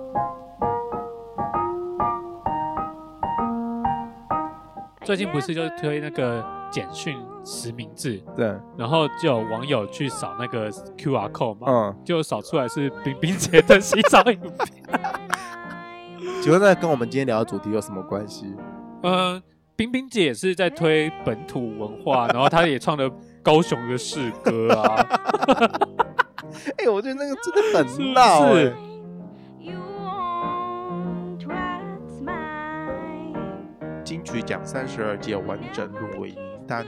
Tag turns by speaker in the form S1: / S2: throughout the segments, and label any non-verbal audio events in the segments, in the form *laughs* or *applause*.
S1: 哎
S2: 最近不是就推那个简讯实名制，
S3: 对，
S2: 然后就有网友去扫那个 QR code 嘛，
S3: 嗯，
S2: 就扫出来是冰冰姐的洗澡
S1: *laughs*
S2: 影片。
S3: 请问那跟我们今天聊的主题有什么关
S1: *laughs*
S3: 系？
S2: 嗯，冰冰姐也是在推本土文
S1: *laughs*
S2: 化，然后她也唱了高雄的市歌啊，
S3: 哎、我觉得那个真
S2: *laughs*
S3: 的很
S2: 是不
S3: 闹、哎
S1: 欸
S2: 是？
S4: You won't what's mine.
S1: 金曲奖三十二届完整入围单，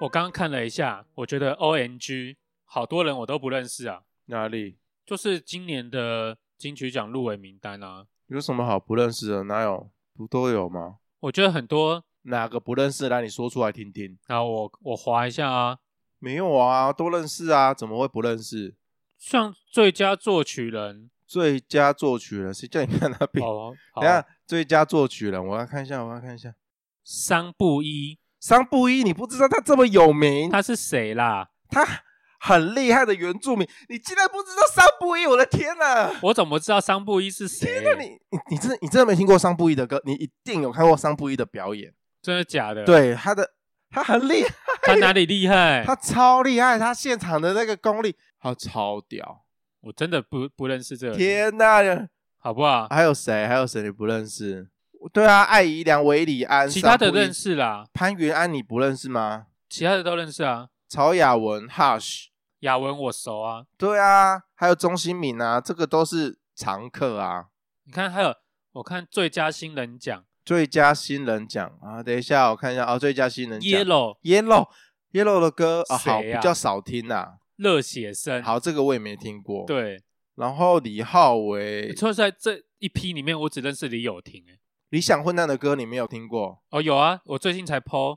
S2: 我刚刚看了一下，我觉得 O N G 好多人我都不认识啊，
S1: 哪里
S2: 就是今年的金曲奖入围名单啊，
S1: 有什么好不认识的？哪有不都有吗？
S2: 我觉得很多。
S1: 哪个不认识？来，你说出来听听。
S2: 啊，我我划一下啊，
S1: 没有啊，都认识啊，怎么会不认识？
S2: 像最佳作曲人
S1: 最佳作曲人，谁叫你看那边？
S2: 哦，好
S1: 等一下，最佳作曲人，我要看一下，我要看一下。
S2: 桑布伊
S1: 桑布伊，你不知道他这么有名，
S2: 他是谁啦？
S1: 他很厉害的原住民，你竟然不知道桑布伊？我的天哪、
S2: 我怎么知道桑布伊是谁？
S1: 那你你你真的你真的没听过桑布伊的歌？你一定有看过桑布伊的表演。
S2: 真的假的？，
S1: 对，他的他很厉害，
S2: 他哪里厉害？
S1: *laughs* 他超厉害，他现场的那个功力，他超屌。
S2: 我真的不不认识这个人，
S1: 天哪！
S2: 好不好？
S1: 还有谁？还有谁你不认识？对啊，艾怡良、韦礼安，
S2: 其他的
S1: 桑布伊
S2: 认，识啦，
S1: 潘云安你不认识吗？
S2: 其他的都认识啊。
S1: 曹雅文、Hush，
S2: 雅文我熟啊，
S1: 对啊，还有钟兴敏啊，这个都是常客啊。
S2: 你看还有我看最佳新人奖
S1: 最佳新人奖啊，等一下我看一下哦，最佳新人奖
S2: Yellow
S1: Yellow Yellow 的歌啊，
S2: 谁
S1: 好
S2: 啊
S1: 比较少听呐。
S2: 热血生，
S1: 好，这个我也没听过。，
S2: 对，
S1: 然后李浩维，
S2: 说实在这一批里面我只认识李友廷、欸，
S1: 理想混蛋的歌你没有听过？
S2: 哦有啊，我最近才 PO，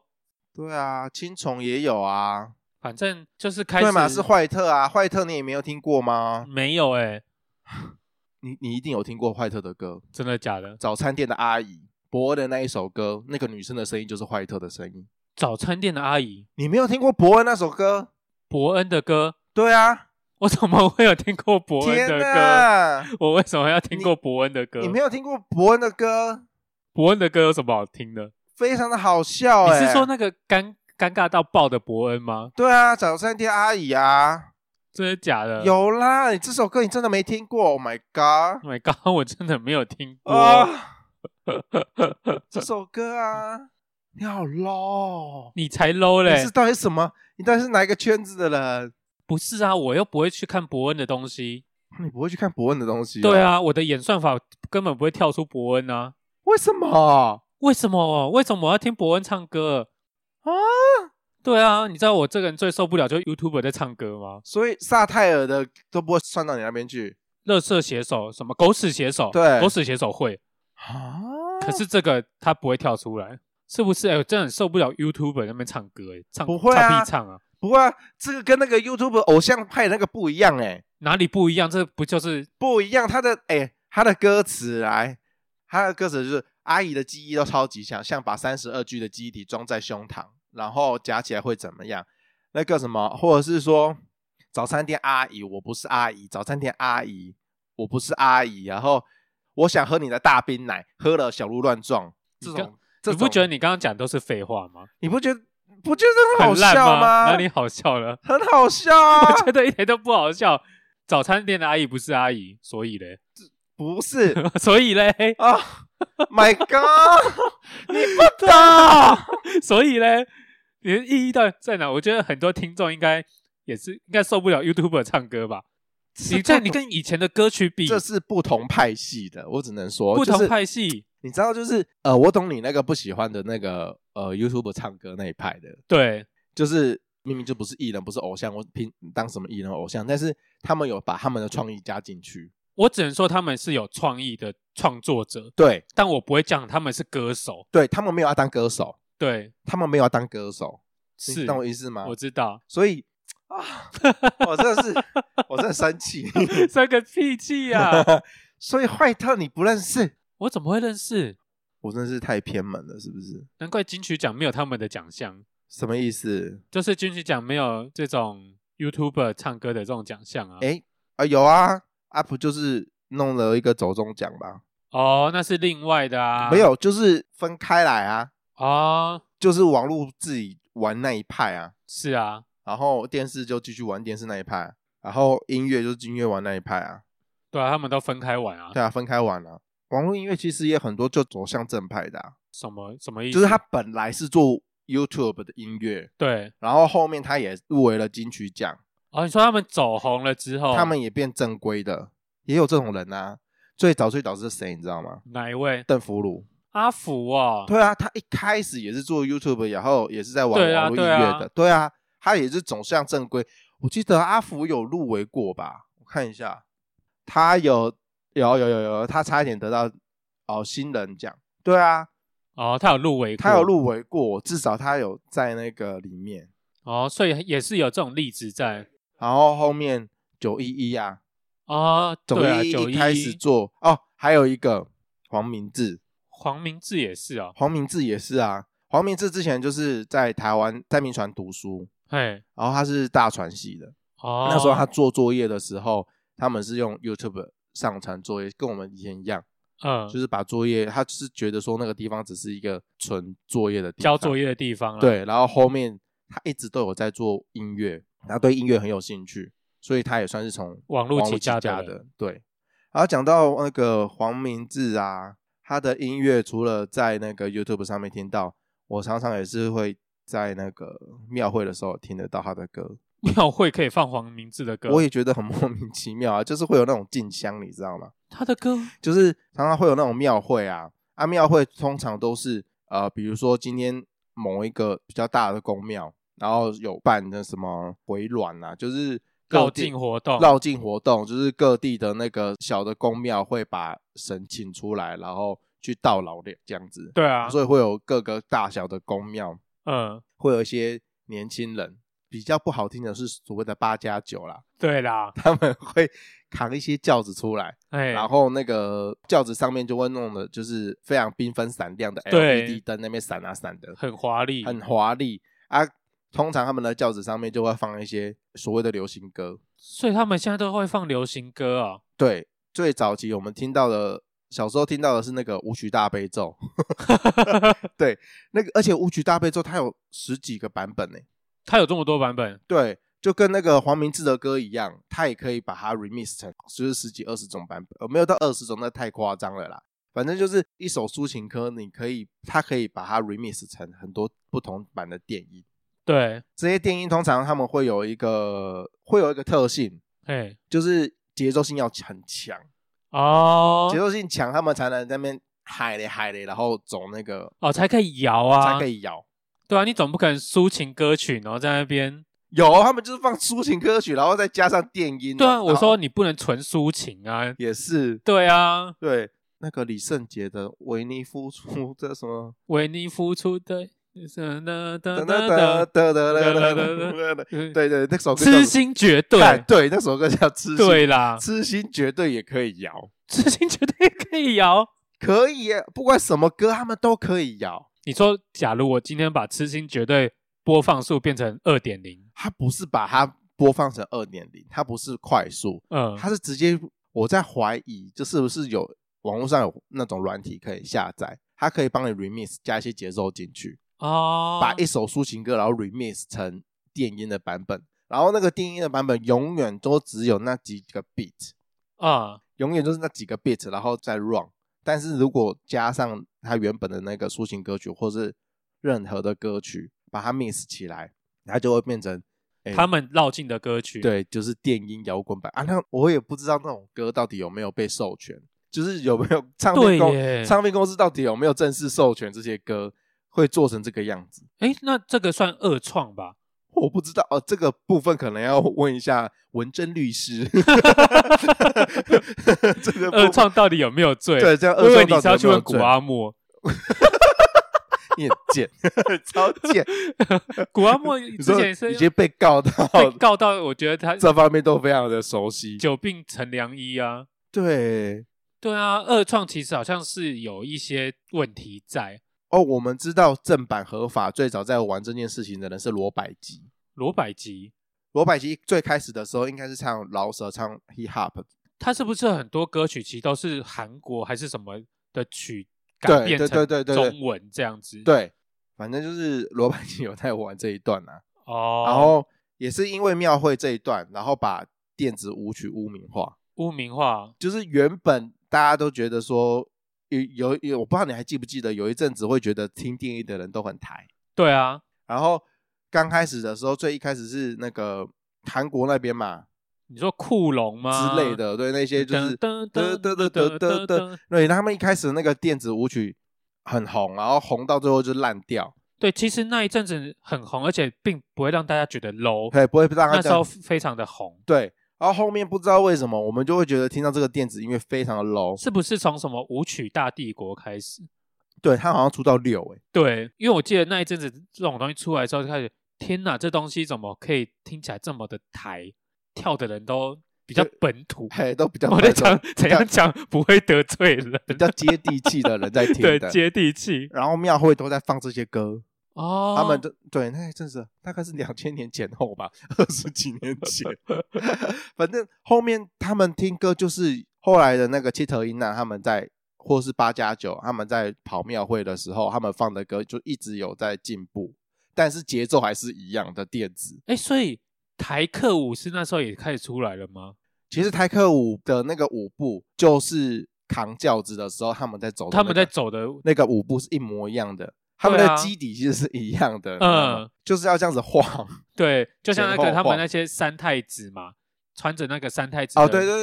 S1: 对啊，青虫也有啊，
S2: 反正就是开始
S1: 对嘛是坏特啊，坏特你也没有听过吗？
S2: 没有哎、
S1: 你你一定有听过坏特的歌，
S2: 真的假的？
S1: 早餐店的阿姨博恩的那一首歌，那个女生的声音就是坏特的声音。
S2: 早餐店的阿姨
S1: 你没有听过博恩那首歌？
S2: 伯恩的歌，
S1: 对啊，
S2: 我怎么会有听过伯恩
S1: 天
S2: 的歌？
S1: 哪！
S2: 我为什么要听过伯恩的歌
S1: 你？没有听过伯恩的歌，
S2: 伯恩的歌有什么好听的？
S1: 非常的好笑
S2: 你
S1: 哎、
S2: 是说那个尴尴尬到爆的伯恩吗？
S1: 对啊，早餐店阿姨啊，
S2: 真的假的？
S1: 有啦，你这首歌你真的没听过？Oh my god！
S2: Oh，My God，我真的没有听过。 *laughs*
S1: 啊，这首歌啊，你好 low，、哦
S2: 你才 low
S1: 你
S2: 嘞
S1: 是！到底什么？你到底是哪一个圈子的人？
S2: 不是啊，我又不会去看伯恩的东西。
S1: 你不会去看伯恩的东西、哦
S2: 对，啊，我的演算法根本不会跳出伯恩啊。
S1: 为什么？
S2: 为什么？为什么我要听伯恩唱歌
S1: 啊？
S2: 对啊，你知道我这个人最受不了就是 YouTuber 在唱歌吗？
S1: 所以萨泰尔的都不会算到你那边去
S2: 乐色写手什么狗屎写手，
S1: 对
S2: 狗屎写手会，
S1: 啊？
S2: 可是这个他不会跳出来，是不是？哎、我真的很受不了 YouTuber 那边唱歌、哎，唱
S1: 不会啊
S2: 唱屁唱啊，
S1: 不过、啊、这个跟那个 YouTube 偶像派的那个不一样哎、
S2: 哪里不一样？这不就是
S1: 不一样，他的哎、他的歌词来，他的歌词就是阿姨的记忆都超级强，像把三十二 G 的记忆体装在胸膛，然后夹起来会怎么样？那个什么，或者是说早餐店阿姨，我不是阿姨，早餐店阿姨，我不是阿姨，然后我想喝你的大冰奶，喝了小鹿乱撞，这
S2: 你
S1: 种
S2: 刚，
S1: 这
S2: 你不觉得
S1: 得
S2: 你刚刚讲的都是废话吗？
S1: 你不觉得不觉得很好
S2: 很烂
S1: 笑
S2: 吗？哪里好笑了？ *laughs*
S1: 很好笑啊！
S2: 我觉得一点都不好笑。早餐店的阿姨不是阿姨，所以嘞， *laughs*
S1: 不是
S2: 所以嘞，
S1: 啊、m
S2: *laughs*
S1: y God，你不懂。
S2: 所以嘞，你的意义到底在哪？我觉得很多听众应该也是应该受不了 YouTuber 唱歌吧？你在你跟以前的歌曲比，
S1: 这是不同派系的，我只能说
S2: 不
S1: 就
S2: 同
S1: 是
S2: 派系，
S1: 你知道，就是呃，我懂你那个不喜欢的那个呃 YouTube 唱歌那一派的，
S2: 对，
S1: 就是明明就不是艺人，不是偶像，我凭当什么艺人偶像，但是他们有把他们的创意加进去。
S2: 我只能说他们是有创意的创作者，
S1: 对，
S2: 但我不会讲他们是歌手。
S1: 对他们没有要当歌手，
S2: 对，
S1: 他们没有要当歌手，你
S2: 是，
S1: 懂我意思吗
S2: 我？知
S1: *laughs*
S2: 道
S1: 所以啊，我真的是，我真的生气。 *laughs*
S2: 这个屁气呀、啊，
S1: 所以坏特你不认识，
S2: 我怎么会认识？
S1: 我真的是太偏门了，是不是？
S2: 难怪金曲奖没有他们的奖项，
S1: 什么意思？
S2: 就是金曲奖没有这种 YouTuber 唱歌的这种奖项啊。
S1: 哎、啊，有啊，阿普就是弄了一个走中奖吧？
S2: 哦，那是另外的啊，
S1: 没有，就是分开来啊。
S2: 啊，
S1: 就是网络自己玩那一派啊，
S2: 是啊，
S1: 然后电视就继续玩电视那一派，然后音乐就是音乐玩那一派啊，
S2: 对啊，他们都分开玩啊，
S1: 对啊，分开玩了、网络音乐其实也很多就走向正派的、啊，
S2: 什么什么意思？
S1: 就是他本来是做 YouTube 的音乐，
S2: 对
S1: 然后后面他也入围了金曲奖，
S2: 啊，你说他们走红了之后，
S1: 他们也变正规的，也有这种人啊。最早最早是谁，你知道吗？
S2: 哪一位？
S1: 邓福如。
S2: 阿福哦，
S1: 对啊，他一开始也是做 YouTube，然后也是在玩
S2: 对啊
S1: 网络音乐的，对啊，他也是走向正规。我记得阿福有入围过吧？我看一下，他有有有有有，他差一点得到哦新人奖。对啊，
S2: 哦，他有入围过，
S1: 他有入围过，至少他有在那个里面。
S2: 哦，所以也是有这种例子在
S1: 然后后面九一一啊，
S2: 啊，
S1: 九
S2: 对啊，
S1: 一
S2: 九
S1: 一开始做哦，还有一个黄明志，
S2: 黄明志也是哦，
S1: 黄明志也是啊。黄明志之前就是在台湾在民传读书，
S2: 嘿，
S1: 然后他是大传系的。
S2: 哦，
S1: 那时候他做作业的时候，他们是用 YouTube 上传作业，跟我们以前一样，
S2: 嗯，
S1: 就是把作业，他是觉得说那个地方只是一个纯作业的地方，
S2: 交作业的地方啊了，，
S1: 对，然后后面他一直都有在做音乐，他对音乐很有兴趣，所以他也算是从
S2: 网络
S1: 络
S2: 起
S1: 起
S2: 家的
S1: 家
S2: 人
S1: 的。对，然后讲到那个黄明志啊，他的音乐除了在那个 YouTube 上面听到，我常常也是会在那个庙会的时候听得到他的歌。
S2: 庙会可以放黄明志的歌，
S1: 我也觉得很 *laughs* 莫名其妙啊，就是会有那种进香，你知道吗？
S2: 他的歌
S1: 就是常常会有那种庙会啊，啊庙会通常都是呃，比如说今天某一个比较大的公庙，然后有办的什么回銮啊，就是
S2: 绕
S1: 各地
S2: 境活动，
S1: 绕境活动，就是各地的那个小的公庙会把神请出来，然后去到老的这样子，
S2: 对啊，
S1: 所以会有各个大小的公庙
S2: 嗯，
S1: 会有一些年轻人。比较不好听的是所谓的八加九啦，
S2: 对啦，
S1: 他们会扛一些轿子出来，
S2: 哎，
S1: *laughs* 然后那个轿子上面就会弄的，就是非常缤纷闪亮的
S2: 对
S1: LED 灯，那边闪啊闪的，
S2: 很华丽，
S1: 很华丽啊。通常他们的轿子上面就会放一些所谓的流行歌。
S2: 所以他们现在都会放流行歌啊、
S1: 对，最早期我们听到的，小时候听到的是那个舞曲大悲咒， *laughs* 对，那个而且舞曲大悲咒它有十几个版本呢。
S2: 它有这么多版本，
S1: 对，就跟那个黄明志的歌一样，他也可以把它 remix 成就是十几二十种版本，呃，没有到二十种，那太夸张了啦。反正就是一首抒情歌，你可以，它可以把它 remix 成很多不同版的电音。
S2: 对，
S1: 这些电音通常他们会有一个会有一个特性，
S2: 哎，
S1: 就是节奏性要很强，
S2: 哦
S1: 节，奏性强，他们才能在那边嗨嘞嗨嘞，然后走那个
S2: 哦，才可以摇啊，
S1: 才可以摇。
S2: 对啊，你总不可能抒情歌曲然后在那边，
S1: 有，他们就是放抒情歌曲，然后再加上电音。
S2: 对
S1: 然
S2: 啊，
S1: 后
S2: 我说你不能纯抒情啊，
S1: 也是，
S2: 对啊，
S1: 对，那个李圣杰的《为你付出》这
S2: *laughs*
S1: 什么？
S2: 为你付出的，哒哒哒哒
S1: 哒哒哒哒哒哒
S2: 哒哒
S1: 哒哒哒
S2: 对
S1: 对对，那首歌叫
S2: 痴心绝对，
S1: 干对，那首歌叫《痴心》，
S2: 对啦，
S1: 痴心绝对也可以摇，
S2: 痴心绝对可以哦摇。
S1: 可以耶，不管什么歌他们都可以摇。
S2: *laughs* 你说，假如我今天把痴心绝对播放数变成二点零，
S1: 它不是把它播放成二点零，它不是快速，
S2: 嗯，
S1: 它是直接。我在怀疑，这是不是有网络上有那种软体可以下载，它可以帮你 remix 加一些节奏进去。
S2: 哦，
S1: 把一首抒情歌，然后 remix 成电音的版本，然后那个电音的版本永远都只有那几个 beat，
S2: 啊，
S1: 永远都是那几个 beat，然后再 run。但是如果加上它原本的那个抒情歌曲，或是任何的歌曲，把它 mix 起来，它就会变成哎
S2: 他们绕境的歌曲，，
S1: 对，就是电音摇滚版啊。那我也不知道那种歌到底有没有被授权，就是有没有唱
S2: 对
S1: 片公
S2: 耶
S1: 唱片公司到底有没有正式授权这些歌会做成这个样子。
S2: 哎，那这个算二创吧？
S1: 我不知道哦，这个部分可能要问一下文珍律师。 *laughs* 这个部分
S2: 二创到底有没有罪？
S1: 对这样二
S2: 我以为你
S1: 创到
S2: 是要
S1: 底
S2: 去
S1: 有没有
S2: 问古
S1: 罪
S2: 阿
S1: *laughs*
S2: 莫，
S1: 你很贱， *laughs* 超
S2: *laughs*
S1: 贱！
S2: 古阿莫
S1: 你
S2: 之
S1: 说
S2: 前是
S1: 已经被告到
S2: 被告到，我觉得
S1: *laughs*
S2: 他
S1: 这方面都非常的熟悉。
S2: 久病成良医啊。
S1: 对
S2: 对啊，二创其实好像是有一些问题在。
S1: 哦，我们知道正版合法最早在玩这件事情的人是罗百吉。
S2: 罗百吉
S1: 罗百吉最开始的时候应该是唱饶舌、唱 hip hop，
S2: 他是不是很多歌曲其实都是韩国还是什么的曲改
S1: 对
S2: 编
S1: 对
S2: 成
S1: 对对对对
S2: 中文这样子？，
S1: 对，反正就是罗百吉有在玩这一段啊，
S2: 哦，
S1: 然后也是因为庙会这一段，然后把电子舞曲污名化，
S2: 污名化，
S1: 就是原本大家都觉得说。有有有，我不知道你还记不记得，有一阵子会觉得听电音的人都很台，
S2: 对啊，
S1: 然后刚开始的时候，最一开始是那个韩国那边嘛
S2: 你说库龙吗
S1: 之类，的，对那些就是
S2: 啊噔
S1: 噔
S2: 噔噔
S1: 噔噔
S2: 噔
S1: 噔
S2: 噔
S1: 噔
S2: 噔
S1: 噔，对他们一开始那个电子舞曲很红，然后红到最后就烂掉，
S2: 对，其实那一阵子很红，而且并不会让大家觉得 low，
S1: 对，不会让
S2: 那
S1: 他
S2: 时候非常的红，
S1: 对。然后后面不知道为什么，我们就会觉得听到这个电子音乐非常的 low，
S2: 是不是从什么舞曲大帝国开始？
S1: 对他好像出到六哎、
S2: 对，因为我记得那一阵子这种东西出来之后，就开始天哪，这东西怎么可以听起来这么的台？跳的人都比较
S1: 就
S2: 本土。
S1: 嘿，都比较
S2: 我在讲怎
S1: 较
S2: 样讲不会得罪人，
S1: 比较接地气的人在
S2: *laughs*
S1: 听
S2: 对
S1: 的，
S2: 接地气
S1: 然后庙会都在放这些歌，
S2: 哦。
S1: 他们的对那一阵子大概是两千年前后吧，二十几年
S2: *laughs*
S1: 前。反正后面他们听歌就是后来的那个七头音娜他们在或是八加九他们在跑庙会的时候，他们放的歌就一直有在进步，但是节奏还是一样的电子。
S2: 哎，所以台客舞是那时候也开始出来了吗？
S1: 其实台客舞的那个舞步就是扛轿子的时候他们在走的那个、
S2: 他们在走的
S1: 那个舞步是一模一样的。他们
S2: 对
S1: 的
S2: 啊
S1: 基底其实是一样的，嗯
S2: 嗯，
S1: 就是要这样子晃，
S2: 对，就像那
S1: 前
S2: 个
S1: 后
S2: 他们
S1: 晃
S2: 那些三太子嘛，穿着那个三太子
S1: 哦，
S2: 的
S1: 对对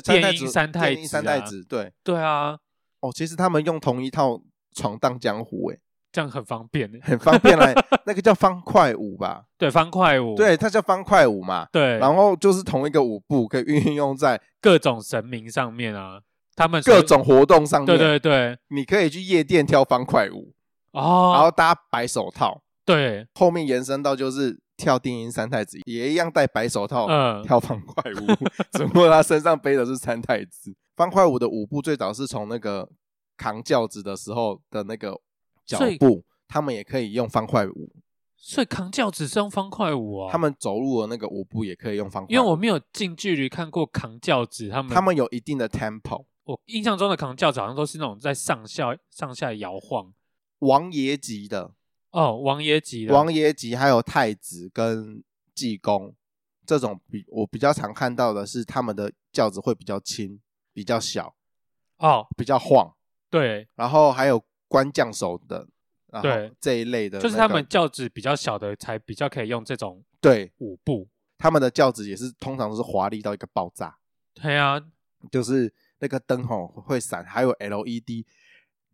S2: 对电
S1: 对三太
S2: 音
S1: 子
S2: 三太
S1: 电音
S2: 子
S1: 三太
S2: 啊
S1: 子，对
S2: 对啊，
S1: 哦，其实他们用同一套闯荡江湖，哎，
S2: 这样很方便。
S1: 很方便
S2: *laughs*
S1: 嘞，那个叫方块舞吧？
S2: 对，方块舞，
S1: 对，它叫方块舞嘛。
S2: 哦对，
S1: 然后就是同一个舞步可以运用在
S2: 各种神明上面啊，他们
S1: 各
S2: 所以
S1: 种活动上面。
S2: 对对对
S1: 你可以去夜店跳方块舞，然
S2: 哦，
S1: 后搭白手套，
S2: 对，
S1: 后面延伸到就是跳定音三太子，也一样戴白手套、
S2: 嗯，
S1: 跳方块舞， *laughs* 只不过他身上背的是三太子。方块舞的舞步最早是从那个扛轿子的时候的那个脚
S2: 所以
S1: 步，他们也可以用方块舞，
S2: 所以扛轿子是用方块舞哦，
S1: 他们走路的那个舞步也可以用方块
S2: 因为我
S1: 舞。
S2: 没有近距离看过扛轿子，他们
S1: 他们有一定的 tempo。
S2: 我印象中的扛轿子好像都是那种在上下上下摇晃
S1: 王爷级的，
S2: 哦，王爷级的
S1: 王爷级还有太子跟济公这种比，我比较常看到的是他们的轿子会比较轻、比较小、
S2: 哦，
S1: 比较晃，
S2: 对，
S1: 然后还有官将手的，然后
S2: 对
S1: 这一类的那个、
S2: 就是他们轿子比较小的才比较可以用这种
S1: 对
S2: 舞步，
S1: 他们的轿子也是通常都是华丽到一个爆炸，
S2: 对啊，
S1: 就是那个灯吼会闪，还有 LED。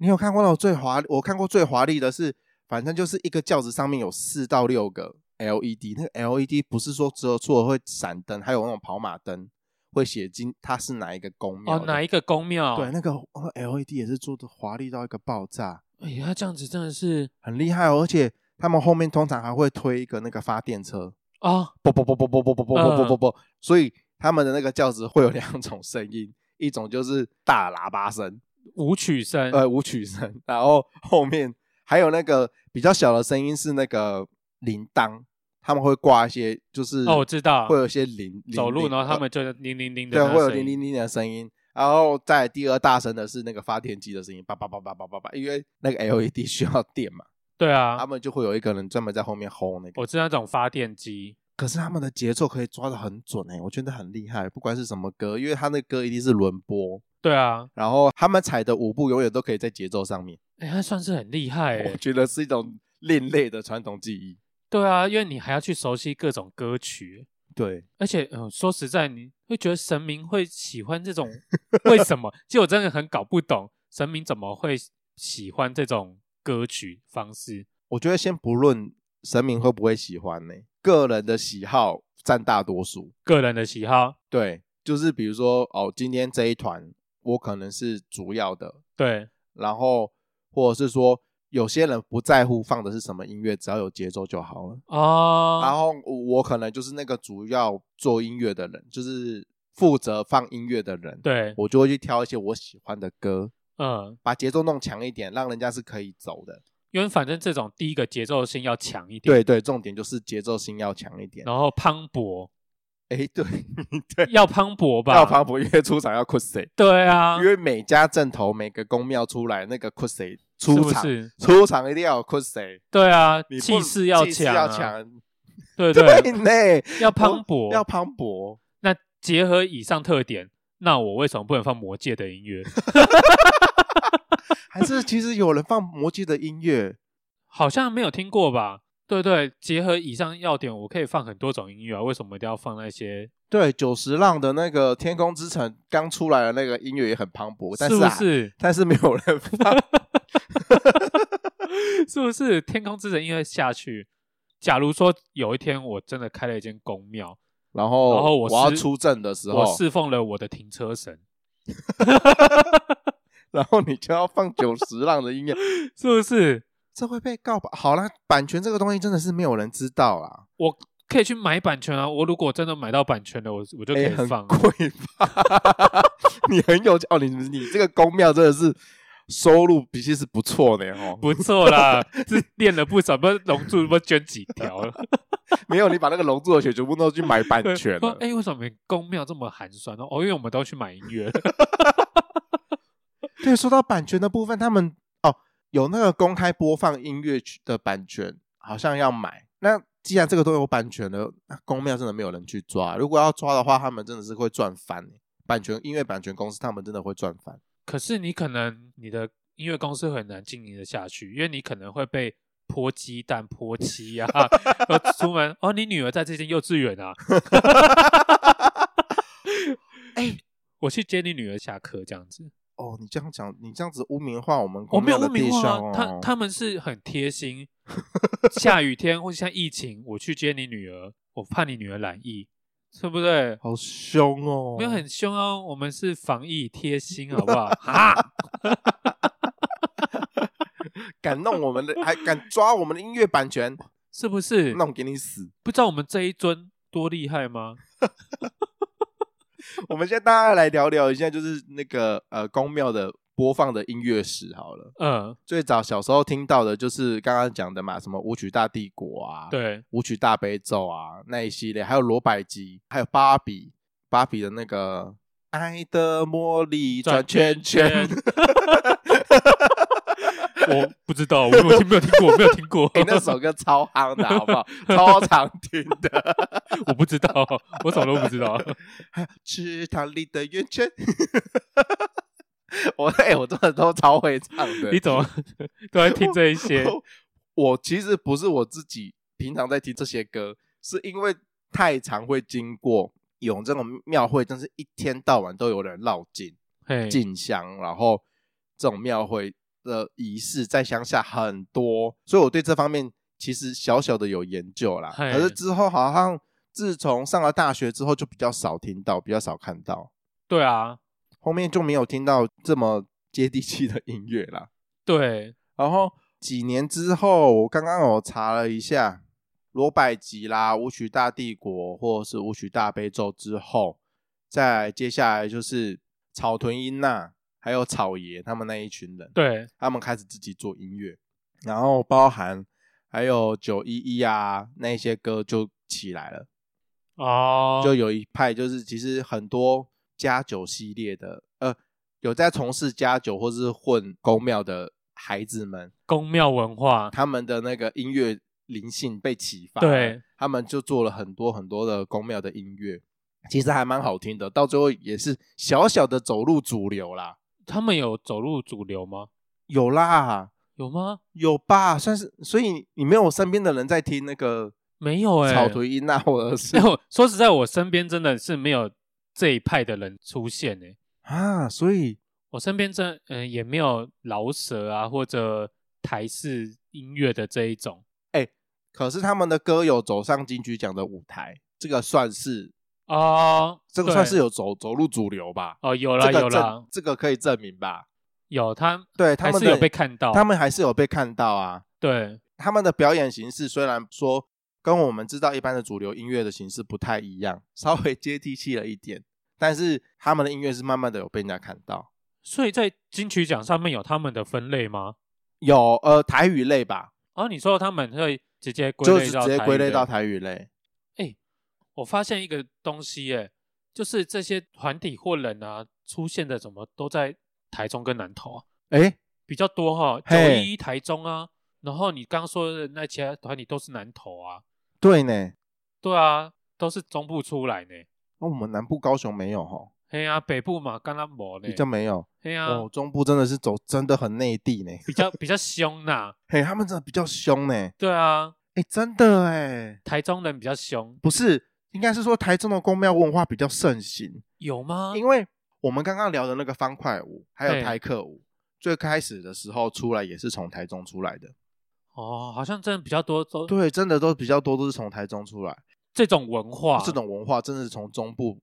S1: 你有看过那种最华丽？我看过最华丽的是，反正就是一个轿子上面有四到六个 LED，那个 LED 不是说只有除了会闪灯，还有那种跑马灯会写进它是哪一个宫庙
S2: 哦
S1: 的。
S2: 哪一个宫庙？
S1: 对，那个哦 LED 也是做的华丽到一个爆炸，
S2: 哎呀，他这样子真的是
S1: 很厉害、哦。而且他们后面通常还会推一个那个发电车，
S2: 哦，
S1: 啵啵啵啵啵啵啵啵啵
S2: 嗯
S1: 啵啵啵，所以他们的那个轿子会有两种声音，一种就是大喇叭声，
S2: 舞曲声，
S1: 呃，舞曲声，然后后面还有那个比较小的声音是那个铃铛，他们会挂一些就是
S2: 哦，我知道，
S1: 会有一些铃铃
S2: 走路，
S1: 铃
S2: 然后他
S1: 呃
S2: 们就是铃铃铃的
S1: 对
S2: 那个声音，
S1: 会有铃铃铃的声音。然后再第二大声的是那个发电机的声音，叭叭叭叭叭叭叭，因为那个 LED *laughs* 需要电嘛，
S2: 对
S1: 他
S2: 啊，
S1: 们就会有一个人专门在后面轰那个。
S2: 我知道那种发电机，
S1: 可是他们的节奏可以抓的很准哎、我觉得很厉害。不管是什么歌，因为他那歌一定是轮播，
S2: 对啊，
S1: 然后他们踩的舞步永远都可以在节奏上面。
S2: 哎，他算是很厉害
S1: 我
S2: 哎，
S1: 觉得是一种另类的传统技艺。
S2: 对啊，因为你还要去熟悉各种歌曲，
S1: 对，
S2: 而且嗯、呃说实在，你会觉得神明会喜欢
S1: *laughs*
S2: 这种，为什么？其实我真的很搞不懂神明怎么会喜欢这种歌曲方式，
S1: 我觉得先不论神明会不会喜欢呢、个人的喜好占大多数。
S2: 个人的喜好，
S1: 对，就是比如说哦，今天这一团我可能是主要的，
S2: 对，
S1: 然后或者是说有些人不在乎放的是什么音乐，只要有节奏就好了。
S2: 哦，
S1: 然后我可能就是那个主要做音乐的人，就是负责放音乐的人，
S2: 对，
S1: 我就会去挑一些我喜欢的歌，
S2: 嗯，
S1: 把节奏弄强一点，让人家是可以走的。
S2: 因为反正这种第一个节奏性要强一点，
S1: 对对，重点就是节奏性要强一点。
S2: 然后磅礴，
S1: 哎，对 *laughs* 对，
S2: 要磅礴吧，
S1: 要庞博约出场要 c u s
S2: 对啊
S1: 因，为每家镇头每个宫庙出来那个 c u s
S2: 是
S1: 出
S2: 不
S1: 场
S2: 是？
S1: 出场一定要有 c o s y
S2: 对啊，
S1: 你不
S2: 气势要
S1: 气势
S2: 强啊，
S1: 要强， *laughs*
S2: 对
S1: 对呢，
S2: 要磅礴，
S1: 要磅礴。
S2: 那结合以上特点，那我为什么不能放魔界的音乐？
S1: 还是其实有人放魔界的音乐，
S2: *laughs* 好像没有听过吧？对对，结合以上要点，我可以放很多种音乐啊，为什么一定要放那些？
S1: 对九十浪的那个《天空之城》刚出来的那个音乐也很磅礴，但
S2: 是
S1: 啊
S2: 不是？ *laughs*
S1: 但是没有人放。 *laughs*
S2: 是不是天空之城音乐下去？假如说有一天我真的开了一间公庙，
S1: 然后，
S2: 然后我
S1: 哦我
S2: 是
S1: 要出阵的时候
S2: 我，侍奉了我的停车神，
S1: 然后你就要放九十浪的音乐，
S2: 是不是？
S1: 这会被告吧？好啦，版权这个东西真的是没有人知道啦，
S2: 我可以去买版权啊！我如果真的买到版权了，我我就可
S1: 哎、
S2: 以
S1: 很
S2: 放。啊
S1: 贵吧？ *laughs* 你很有哦，你你这个公庙真的是收入比其是不错的哦，
S2: 不错啦，这练了不少，不是龙珠不是捐几条了。
S1: 没有你把那个龙珠的血全部都去买
S2: *laughs*
S1: 版权
S2: 说
S1: 了，
S2: 哎、为什么公庙这么寒酸呢？哦，因为我们都去买音乐了。
S1: 对，说到版权的部分，他们哦有那个公开播放音乐曲的版权，好像要买。那既然这个都有版权了，那公庙真的没有人去抓。如果要抓的话，他们真的是会赚翻欸。版权音乐版权公司，他们真的会赚翻。
S2: *laughs* 可是你可能你的音乐公司很难经营的下去，因为你可能会被泼鸡蛋、泼漆呀、啊，然后出门哦，你女儿在这间幼稚园啊，哎、 *laughs* 我去接你女儿下课这样子，
S1: 哦，你这样讲，你这样子污名化我们
S2: 我
S1: 公
S2: 没有
S1: 庙
S2: 污
S1: 的
S2: 名
S1: 弟兄
S2: 化
S1: 哦
S2: 啊，。他他们是很贴心，下雨天或者像疫情，我去接你女儿，我怕你女儿染疫，对不对？
S1: 好凶哦，
S2: 没有很凶哦，我们是防疫贴
S1: *laughs*
S2: 心，好不好？哈，
S1: 敢弄我们的，还敢抓我们的音乐版权，
S2: *laughs* 是不是？
S1: 那我给你死！
S2: 不知道我们这一尊多厉害吗？
S1: 我们现在大家来聊聊一下，就是那个呃公庙的播放的音乐史好了。
S2: 嗯，
S1: 最早小时候听到的就是刚刚讲的嘛，什么舞曲大帝国啊，，
S2: 对，
S1: 舞曲大悲咒啊那一系列，还有罗百吉，还有芭比，芭比的那个爱的魔力转圈圈。，
S2: 我不知道，我我听没有听过，我没有听过
S1: 哎、那首歌超夯的，好不好？超常听的。
S2: *laughs*
S1: *laughs*
S2: 我不知道，我什么都不知道。
S1: 池塘里的圆圈， *laughs* 我哎、我真的都超会唱的。
S2: 你怎么都在听这一
S1: *laughs*
S2: 些？
S1: 我我其实不是我自己平常在听这些歌，是因为太常会经过有这种庙会，真是一天到晚都有人绕境
S2: 嘿，
S1: 进香，然后这种庙会的仪式在乡下很多，所以我对这方面其实小小的有研究啦。
S2: 嘿
S1: 可是之后好像自从上了大学之后，就比较少听到，比较少看到，
S2: 对啊，
S1: 后面就没有听到这么接地气的音乐啦。
S2: 对，
S1: 然后几年之后，我刚刚我查了一下，罗百吉啦、舞曲大帝国或者是舞曲大悲咒之后，再接下来就是草屯英娜还有草爷他们那一群人，
S2: 对，
S1: 他们开始自己做音乐，然后包含还有九一一啊那些歌就起来了，
S2: 哦，
S1: 就有一派就是其实很多加酒系列的，呃，有在从事加酒或是混公庙的孩子们。
S2: 宫庙文化，
S1: 他们的那个音乐灵性被启发，
S2: 对，
S1: 他们就做了很多很多的宫庙的音乐，其实还蛮好听的，到最后也是小小的走入主流啦，
S2: 他们有走入主流吗？
S1: 有啦，
S2: 有吗？
S1: 有吧，算是，所以你没有身边的人在听那个
S2: 没有哎、
S1: 草图音呐，或者
S2: *laughs*
S1: 是
S2: 哎我说实在，我身边真的是没有这一派的人出现哎、
S1: 啊，所以
S2: 我身边真嗯、呃也没有饶舌啊或者台式音乐的这一种
S1: 可是他们的歌有走上金曲奖的舞台，这个算是
S2: 哦，
S1: 这个算是
S2: 有
S1: 有走走入主流吧，
S2: 哦有啦
S1: 这
S2: 有
S1: 个
S2: 啦
S1: 证这个可以证明吧，
S2: 有他
S1: 对他
S2: 还
S1: 们
S2: 是
S1: 的
S2: 有被看到，
S1: 他们还是有被看到啊。
S2: 对
S1: 他们的表演形式虽然说跟我们知道一般的主流音乐的形式不太一样，稍微接地气了一点，但是他们的音乐是慢慢的有被人家看到。
S2: 所以在金曲奖上面有他们的分类吗？
S1: 有呃台语类吧，
S2: 哦，你说他们会直接归
S1: 就是
S2: 类
S1: 直
S2: 到
S1: 接归类到
S2: 台语
S1: 台语类。
S2: 的。我发现一个东西耶、就是这些团体或人啊出现的怎么都在台中跟南投啊？
S1: 哎，
S2: 比较多哈，九
S1: 嘿
S2: 一一台中啊，然后你刚说的那其他团体都是南投啊，
S1: 对呢，
S2: 对啊，都是中部出来呢。
S1: 那我们南部高雄没有哈，
S2: 嘿啊，北部嘛，刚刚没呢
S1: 比，较没有。
S2: 嘿啊，
S1: 哦，中部真的是走真的很内地呢，
S2: 比较比 *laughs* 较凶呐，
S1: 嘿，他们真的比较凶呢，
S2: 对啊，
S1: 哎，真的哎，
S2: 台中人比较凶，
S1: 不是，应该是说台中的公庙文化比较盛行，
S2: 有吗？
S1: 因为我们刚刚聊的那个方块舞，还有
S2: 啊嘿
S1: 台客舞，最开始的时候出来也是从台中出来的，
S2: 哦，好像真的比较多都
S1: 对，真的都比较多都是从台中出来，
S2: 这种文化，
S1: 这种文化真的是从中部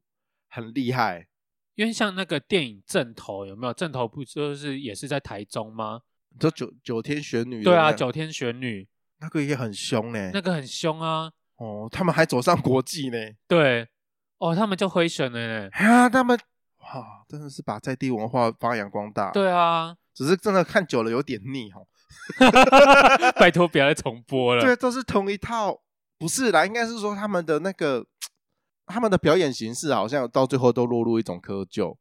S1: 很厉害，
S2: 因为像那个电影《正头》有没有？《正头》不就是也是在台中吗？
S1: 这九九天玄女的
S2: 对啊，
S1: 那
S2: 九天玄女
S1: 那个也很凶呢，
S2: 那个很凶啊，
S1: 哦，他们还走上国际呢，
S2: 对，哦，他们就灰选了呢，
S1: 啊，他们哇，真的是把在地文化发扬光大，
S2: 对啊，
S1: 只是真的看久了有点腻哦。
S2: *laughs* 拜托不要再重播了，
S1: *laughs* 对，都是同一套，不是啦，应该是说他们的那个他们的表演形式好像到最后都落入一种窠臼，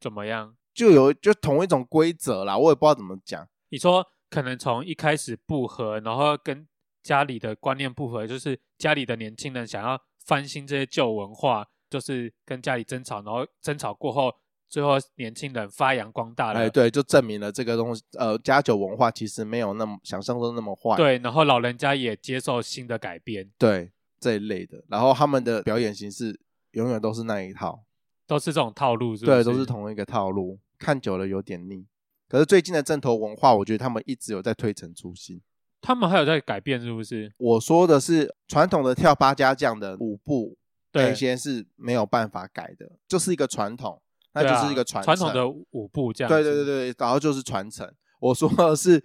S2: 怎么样？
S1: 就有就同一种规则啦，我也不知道怎么讲。
S2: 你说可能从一开始不合，然后跟家里的观念不合，就是家里的年轻人想要翻新这些旧文化，就是跟家里争吵，然后争吵过后，最后年轻人发扬光大啊了，
S1: 哎，对，就证明了这个东西，呃，家酒文化其实没有那么想象中那么坏，
S2: 对，然后老人家也接受新的改变，
S1: 对这一类的。然后他们的表演形式永远都是那一套，
S2: 都是这种套路，是不
S1: 对，都是同一个套路，看久了有点腻。可是最近的正头文化，我觉得他们一直有在推陈出新。
S2: 他们还有在改变，是不是？
S1: 我说的是传统的跳八家将的舞步，
S2: 对
S1: 那些是没有办法改的，就是一个传统，那
S2: 对
S1: 就是一个
S2: 啊
S1: 传
S2: 传
S1: 承
S2: 统的舞步这样子，
S1: 对对对对，然后就是传承。我说的是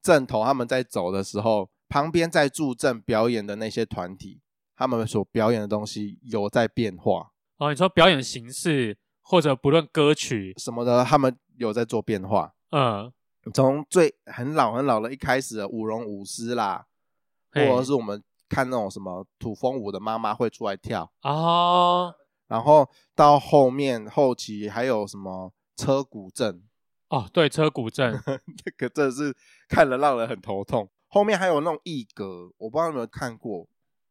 S1: 正统，他们在走的时候，旁边在助阵表演的那些团体，他们所表演的东西有在变化
S2: 哦，你说表演形式或者不论歌曲，
S1: 什么的，他们有在做变化。
S2: 嗯，
S1: 从最很老很老的一开始的舞龙舞狮啦，或
S2: 嘿
S1: 者是我们看那种什么土风舞的妈妈会出来跳，
S2: 哦
S1: 然后到后面后期还有什么车骨阵，
S2: 哦，对，车古
S1: *laughs*
S2: 镇
S1: 这个真的是看了让人很头痛。后面还有那种艺格，我不知道你有没有看过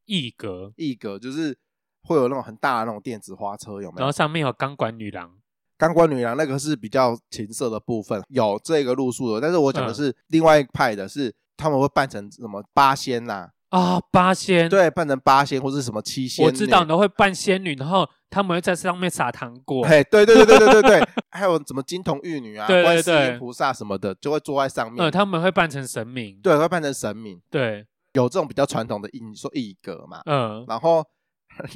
S2: 一格，
S1: 艺格，就是会有那种很大的那种电子花车，有没
S2: 然后
S1: 有？
S2: 上面有钢管女郎，
S1: 钢管女郎那个是比较情色的部分，有这个路数的。但是我讲的
S2: 嗯
S1: 是另外一派的是，他们会扮成什么八仙呐、
S2: 啊、八仙，，
S1: 对，扮成八仙或是什么七仙女。
S2: 我知道，然后会扮仙女，然后他们会在上面撒糖果，
S1: 嘿，对对对对对对对，还有什么金童玉女啊、
S2: 对对
S1: 观世
S2: 对
S1: 音菩萨什么的，就会坐在上面，
S2: 呃，他们会扮成神明，
S1: 对，会扮成神明。
S2: 对，
S1: 有这种比较传统的艺，你说艺格嘛，
S2: 嗯，
S1: 然后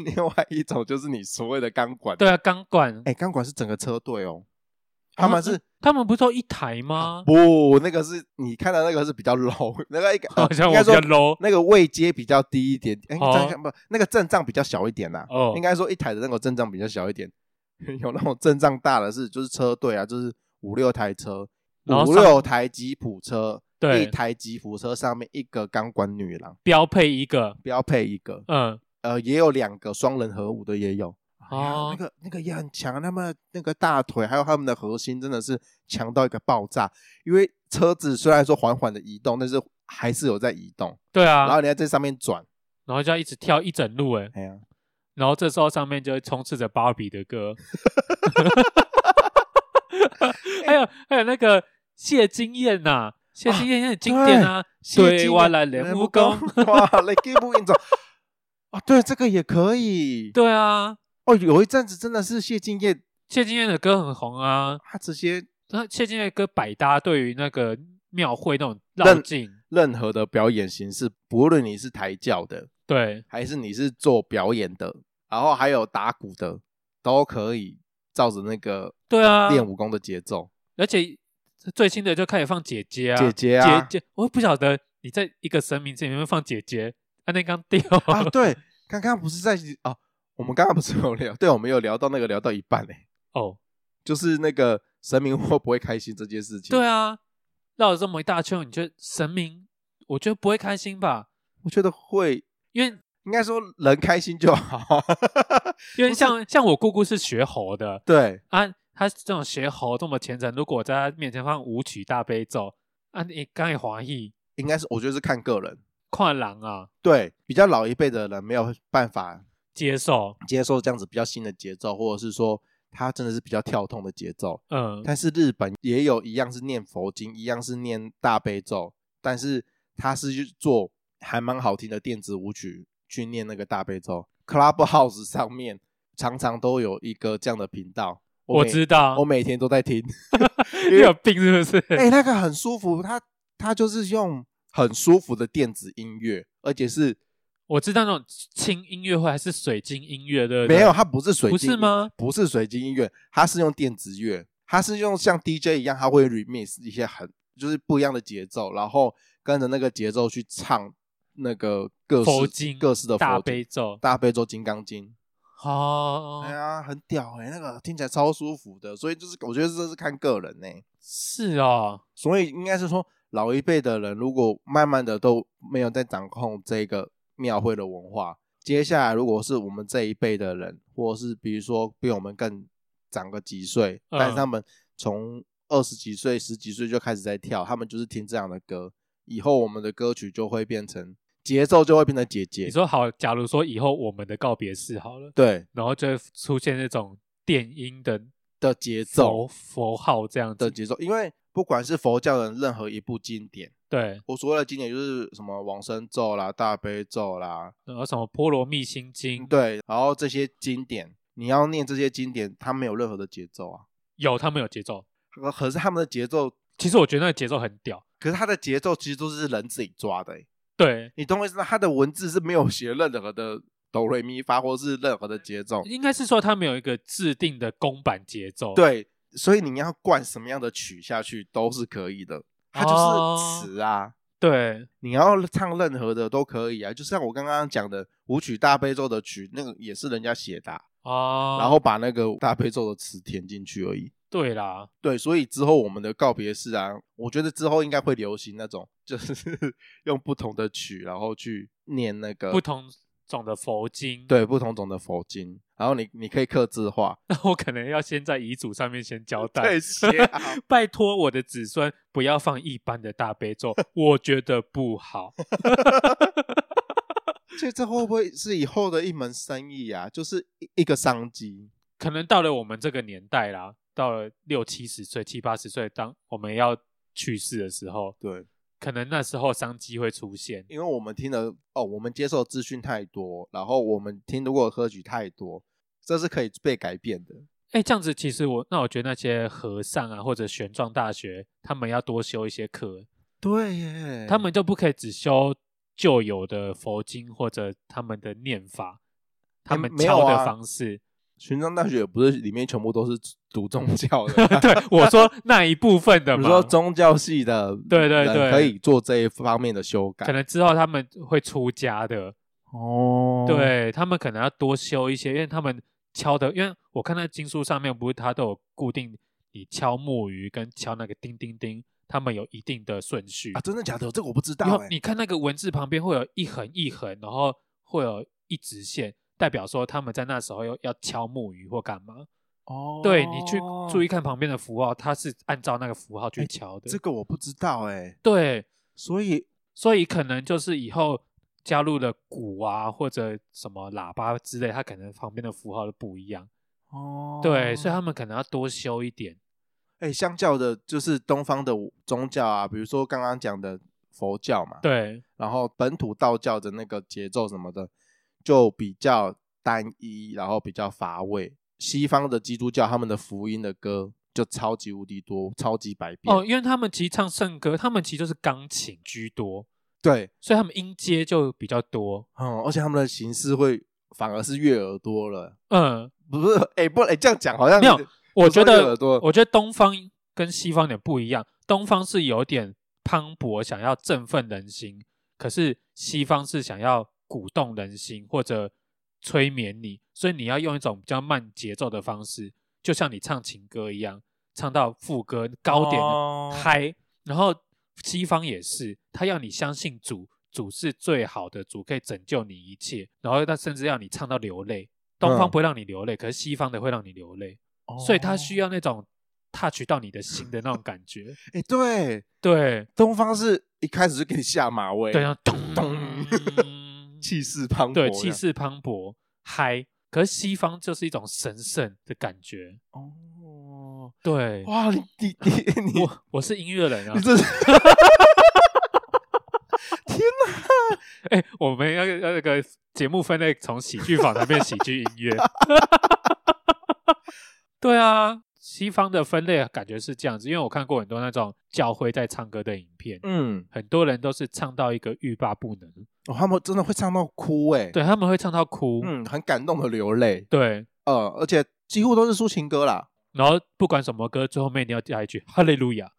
S1: 另外一种就是你所谓的钢管，
S2: 对，啊，钢管，
S1: 哎，钢管是整个车队哦，他
S2: 啊
S1: 们是
S2: 他们不是都一台 *laughs*
S1: 啊
S2: 吗？
S1: 不那个是你看到那个是比较 *laughs* low，那个应该呃
S2: 好像
S1: 应
S2: 我
S1: 该
S2: 比
S1: 说
S2: 较 low，
S1: 那个位阶比较低一点，哎，
S2: 哦
S1: 这样不那个阵仗比较小一点啦，
S2: 哦
S1: 应该说一台的那个阵仗比较小一点， *laughs* 有那种阵仗大的是就是车队啊，就是五六台车，
S2: 然后
S1: 五
S2: 上
S1: 六台吉普车，
S2: 对
S1: 一台吉普车上面一个钢管女郎，
S2: 标配一个，
S1: 标配一个，
S2: 嗯，
S1: 呃，也有两个双人合舞的也有。哎呀
S2: 哦
S1: 那个那个也很强，他们那个大腿还有他们的核心真的是强到一个爆炸。因为车子虽然说缓缓的移动，但是还是有在移动，
S2: 对啊，
S1: 然
S2: 然
S1: 后
S2: 后
S1: 你在这上面转，
S2: 就要一直跳一整路，哎，
S1: 哎呀，
S2: 然后这时候上面就会充斥着芭比的
S1: *laughs*
S2: 歌， *laughs* 还有还有那个谢金燕呐、谢金燕也很经典
S1: 哦
S2: 啊，
S1: 谢
S2: 对
S1: 金
S2: 我
S1: 的
S2: 来练武功，
S1: *laughs* 哇，来给不运走。哦，对，这个也可以。
S2: 对啊，
S1: 哦，有一阵子真的是谢晋业，
S2: 谢金燕的歌很红啊，
S1: 他直接
S2: 那谢金燕的歌百搭，对于那个庙会那种
S1: 但
S2: 绕境，
S1: 任何的表演形式，不论你是抬轿的，
S2: 对
S1: 还是你是做表演的，然后还有打鼓的，都可以照着那个
S2: 对啊，
S1: 练武功的节奏。
S2: 而且最新的就开始放姐姐啊，
S1: 姐姐啊
S2: 姐姐，我不晓得你在一个神明前面放姐姐，啊那刚掉，
S1: 啊，对，刚刚不是在哦，我们刚刚不是有聊，对，我们有聊到那个聊到一半嘞、
S2: 哦，
S1: 就是那个神明会不会开心这件事情。
S2: 对，啊，绕了这么一大圈，你觉得神明，我觉得不会开心吧？
S1: 我觉得会，
S2: 因为
S1: 应该说人开心就好。 *laughs*
S2: 因为像像我姑姑是学猴的
S1: 对，
S2: 啊，他这种学喉这么虔诚，如果我在他面前放舞曲大悲咒，啊，你刚也华裔
S1: 应该是我觉得是看个人，
S2: 跨狼啊，
S1: 对比较老一辈的人没有办法
S2: 接受，
S1: 接受这样子比较新的节奏，或者是说他真的是比较跳痛的节奏。
S2: 嗯，
S1: 但是日本也有一样是念佛经，一样是念大悲咒，但是他是去做还蛮好听的电子舞曲去念那个大悲咒。Clubhouse 上面常常都有一个这样的频道，
S2: 我
S1: 每
S2: 知道
S1: 我，每天都在听。
S2: 你有病是不是？
S1: 哎、那个很舒服，它它就是用很舒服的电子音乐，而且是
S2: *laughs* 我知道那种轻音乐会还是水晶音乐，对不对？
S1: 没有，它不是水
S2: 不
S1: 晶，
S2: 是吗？
S1: 不是水晶音乐，它是用电子乐，它是用像 DJ 一样，它会 remix 一些很就是不一样的节奏，然后跟着那个节奏去唱那个各式
S2: 佛经
S1: 各式的佛
S2: 大
S1: 经
S2: 悲咒
S1: 大悲咒、金刚经。
S2: 哦
S1: 哎，呀，很屌哎、那个听起来超舒服的，所以就是我觉得这是看个人欸呢、
S2: 是哦，
S1: 所以应该是说，老一辈的人如果慢慢的都没有在掌控这个庙会的文化，接下来如果是我们这一辈的人，或是比如说比我们更长个几岁，
S2: 嗯
S1: 但是他们从二十几岁、十几岁就开始在跳，他们就是听这样的歌，以后我们的歌曲就会变成节奏就会变成姐姐
S2: 你，说好，假如说以后我们的告别式好了，
S1: 对
S2: 然后就会出现那种电音的
S1: 的节奏
S2: 走佛号这样
S1: 的
S2: 子，
S1: 节奏，因为不管是佛教的任何一部经典，
S2: 对，
S1: 我所谓的经典就是什么往生咒啦、大悲咒啦，
S2: 然后什么波罗蜜心经，
S1: 对，然后这些经典，你要念这些经典，它没有任何的节奏啊。
S2: 有他们有节奏，
S1: 可可是他们的节奏，
S2: 其实我觉得那个节奏很屌，
S1: 可是它的节奏其实都是人自己抓的欸、
S2: 对，
S1: 你懂我意思吗？它的文字是没有写任何的哆瑞咪发或是任何的节奏，
S2: 应该是说他们有一个制定的公版节奏，，
S1: 对，所以你要灌什么样的曲下去都是可以的，它
S2: 哦
S1: 就是词啊。
S2: 对，
S1: 你要唱任何的都可以啊，就像我刚刚讲的舞曲大悲咒的曲，那个也是人家写的啊、
S2: 哦，
S1: 然后把那个大悲咒的词填进去而已。
S2: 对啦，
S1: 对，所以之后我们的告别式啊，我觉得之后应该会流行那种，就是 *laughs* 用不同的曲，然后去念那个
S2: 不同种的佛经，，
S1: 呃对不同种的佛经，然后你你可以刻字化，
S2: 那我可能要先在遗嘱上面先交代， *laughs*
S1: 对，写好 *laughs*
S2: 拜托我的子孙不要放一般的大悲咒，我觉得不
S1: *laughs*
S2: 好。
S1: 这这会不会是以后的一门生意啊？就是一一个商机。
S2: 可能到了我们这个年代啦，到了六七十岁、七八十岁，当我们要去世的时候，
S1: 对，
S2: 可能那时候商机会出现。
S1: 因为我们听的哦，我们接受资讯太多，然后我们听过的歌曲太多，这是可以被改变的。
S2: 哎，这样子其实我那我觉得那些和尚啊，或者玄奘大学，他们要多修一些课，
S1: 对耶
S2: 他们就不可以只修旧有的佛经或者他们的念法，他们
S1: 没有
S2: 教的
S1: 啊
S2: 方式。 *laughs*
S1: 玄奘大学也不是里面全部都是 *laughs* 读宗教的，
S2: *laughs* 对，我说那一部分的
S1: 比
S2: 嘛，
S1: 如说宗教系的，
S2: 对对对
S1: 可以做这一方面的修
S2: 可
S1: 改。
S2: 能之后他们会出家的，
S1: 哦，
S2: 对他们可能要多修一些，因为他们敲的，因为我看那经书上面不是它都有固定，你敲木鱼跟敲那个叮叮叮，他们有一定的顺序。
S1: 啊，真的假的？这个我不知道
S2: 然后
S1: 哎、
S2: 你看那个文字旁边会有一横一横，然后会有一直线，代表说他们在那时候要要敲木鱼或干嘛。
S1: 哦
S2: 对你去注意看旁边的符号，它是按照那个符号去
S1: 哎
S2: 敲的。
S1: 这个我不知道哎、
S2: 对，
S1: 所以
S2: 所以可能就是以后加入了鼓啊或者什么喇叭之类，它可能旁边的符号都不一样。
S1: 哦
S2: 对，所以他们可能要多修一点。
S1: 哎、相较的，就是东方的宗教啊，比如说刚刚讲的佛教嘛，
S2: 对，
S1: 然后本土道教的那个节奏什么的，就比较单一，然后比较乏味。西方的基督教他们的福音的歌就超级无敌多，超级百变。
S2: 哦，因为他们其实唱圣歌，他们其实就是钢琴居多，
S1: 对，
S2: 所以他们音阶就比较多。
S1: 嗯，而且他们的形式会反而是悦耳多了，
S2: 嗯，
S1: 不是？哎、不，哎、这样讲好像
S2: 没有我觉
S1: 不是悦耳
S2: 得，
S1: 朵
S2: 我觉得东方跟西方有点不一样，东方是有点磅礴，想要振奋人心，可是西方是想要鼓动人心或者催眠你，所以你要用一种比较慢节奏的方式，就像你唱情歌一样，唱到副歌高点
S1: 哦
S2: 嗨、然后西方也是，他要你相信主，主是最好的，主可以拯救你一切，然后他甚至要你唱到流泪。东方
S1: 嗯
S2: 不会让你流泪，可是西方的会让你流泪。
S1: 哦
S2: 所以他需要那种 touch 到你的心的那种感觉。
S1: 哎、对，
S2: 对，
S1: 东方是一开始就给你下马威，
S2: 对，然后咚咚，
S1: 气势磅礴这
S2: 对，*laughs*
S1: 样，
S2: 气势磅啊礴，嗨。可是西方就是一种神圣的感觉。
S1: 哦，
S2: 对，
S1: 哇，你你你
S2: *laughs*
S1: 你
S2: 我我是音乐 *laughs* 人啊
S1: 你，这是
S2: 哎、我们要要那个节目分类从喜剧访谈变喜剧音乐。 *laughs* 对啊，西方的分类感觉是这样子，因为我看过很多那种教会在唱歌的影片，
S1: 嗯、
S2: 很多人都是唱到一个欲罢不能，
S1: 哦，他们真的会唱到哭哎、
S2: 对他们会唱到哭，
S1: 嗯，很感动的流泪，
S2: 对，
S1: 呃，而且几乎都是抒情歌啦。
S2: 然后不管什么歌，最后面你要加一句哈利路亚，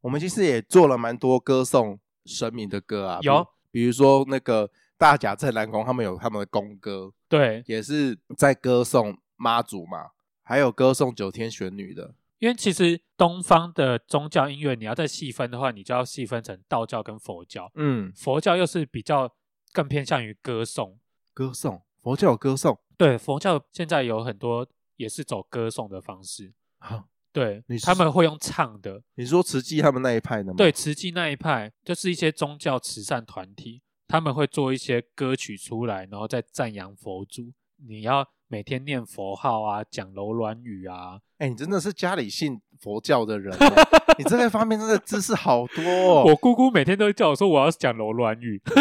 S1: 我们其实也做了蛮多歌颂神明的歌啊，比
S2: 有，
S1: 比如说那个大甲镇南宫，他们有他们的宫歌，
S2: 对，
S1: 也是在歌颂妈祖嘛，还有歌颂九天玄女的。
S2: 因为其实东方的宗教音乐，你要再细分的话，你就要细分成道教跟佛教，
S1: 嗯，
S2: 佛教又是比较更偏向于歌颂。
S1: 歌颂佛教有歌颂，
S2: 对，佛教现在有很多也是走歌颂的方式，
S1: 啊
S2: 对
S1: 你，
S2: 他
S1: 是
S2: 们会用唱的。
S1: 你说慈济他们那一派的吗？
S2: 对，，慈济那一派就是一些宗教慈善团体，他们会做一些歌曲出来，然后再赞扬佛祖。你要每天念佛号啊，讲柔软语啊。
S1: 哎、你真的是家里信佛教的人欸、
S2: *laughs*
S1: 你这个方面真的知识好多、哦。
S2: 我 *laughs* 姑姑每天都叫我说我要讲柔软语。 *laughs*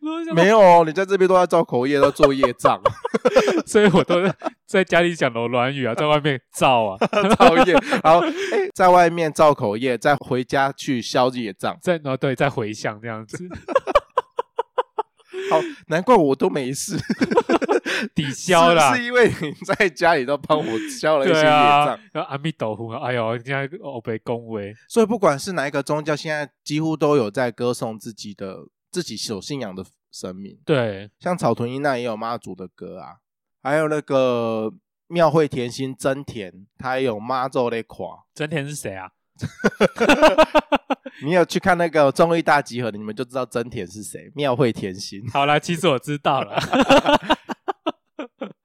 S2: 我就想说
S1: 没有哦，你在这边都在造口业，都做业障， *laughs*
S2: 所以我都在在家里讲柔软语啊，在外面造啊，
S1: 造业，然后、哎，在外面造口业，再回家去消业障。
S2: 在然后对，在回想这样
S1: *laughs*
S2: 子。
S1: 好，难怪我都没事，
S2: 抵消啦
S1: *laughs* 是，是因为你在家里都帮我消了一些业
S2: 对
S1: 障。
S2: 啊，然后阿弥陀佛，哎呦，现在我被恭维，
S1: 所以不管是哪一个宗教，现在几乎都有在歌颂自己的自己所信仰的神明，
S2: 对
S1: 像草屯一那也有妈祖的歌啊，还有那个庙会甜心真田，他也有妈祖的垮。
S2: 真田是谁啊？
S1: 你有去看那个综艺大集合，你们就知道真田是谁，庙会甜心。 *laughs*
S2: 好啦， *laughs* 其实我知道了，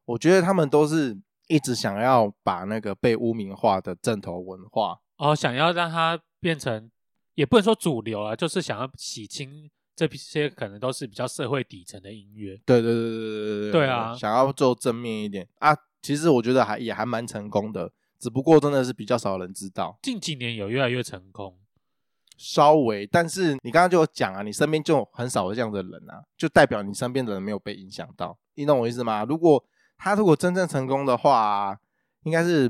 S1: 我觉得他们都是一直想要把那个被污名化的正头文化，
S2: 哦，想要让它变成，也不能说主流啊，就是想要洗清这些可能都是比较社会底层的音乐，
S1: 对对对对对对
S2: 对啊
S1: 想要做正面一点啊。其实我觉得还也还蛮成功的，只不过真的是比较少人知道，
S2: 近几年有越来越成功，
S1: 稍微。但是你刚刚就有讲啊，你身边就很少有这样的人啊，就代表你身边的人没有被影响到，你懂我意思吗？如果他如果真正成功的话、应该是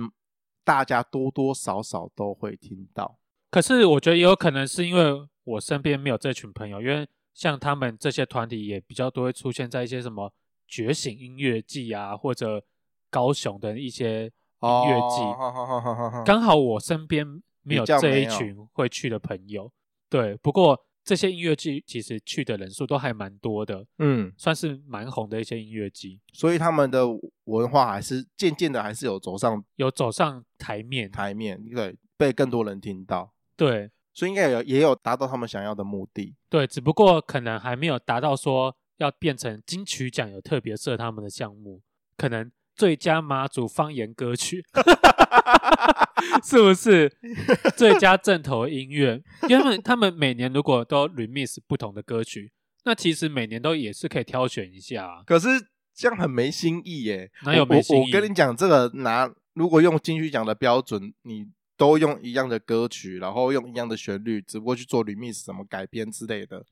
S1: 大家多多少少都会听到。
S2: 可是我觉得也有可能是因为我身边没有这群朋友，因为像他们这些团体也比较多会出现在一些什么觉醒音乐季啊，或者高雄的一些音乐季。 *laughs*
S1: 哦，
S2: 刚好我身边没有
S1: 比较
S2: 这
S1: 没
S2: 一
S1: 有
S2: 群会去的朋友。对，不过这些音乐季其实去的人数都还蛮多的，
S1: 嗯，
S2: 算是蛮红的一些音乐季，
S1: 所以他们的文化还是渐渐的还是有走上
S2: 有走上台面。
S1: 台面，对，被更多人听到，
S2: 对
S1: 所以应该有也有达到他们想要的目的。
S2: 对，只不过可能还没有达到说要变成金曲奖有特别设他们的项目，可能最佳妈祖方言歌曲。 *laughs* 是不是最佳正头音乐？因为他们他们每年如果都 remix 不同的歌曲，那其实每年都也是可以挑选一下、啊。
S1: 可是这样很没新意耶，
S2: 哪有没新意
S1: 我我？我跟你讲，这个拿如果用金曲奖的标准，你都用一样的歌曲，然后用一样的旋律，只不过去做 remix 什么改编之类的。